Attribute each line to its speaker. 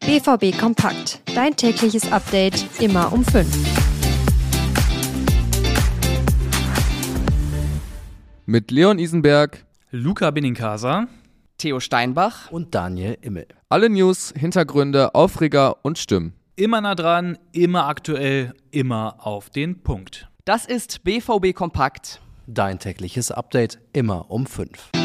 Speaker 1: BVB Kompakt. Dein tägliches Update immer um 5.
Speaker 2: Mit Leon Isenberg.
Speaker 3: Luca Benincasa.
Speaker 4: Theo Steinbach.
Speaker 5: und Daniel Immel.
Speaker 2: Alle News, Hintergründe, Aufreger und Stimmen.
Speaker 3: Immer nah dran, immer aktuell, immer auf den Punkt.
Speaker 4: Das ist BVB Kompakt.
Speaker 5: Dein tägliches Update immer um 5.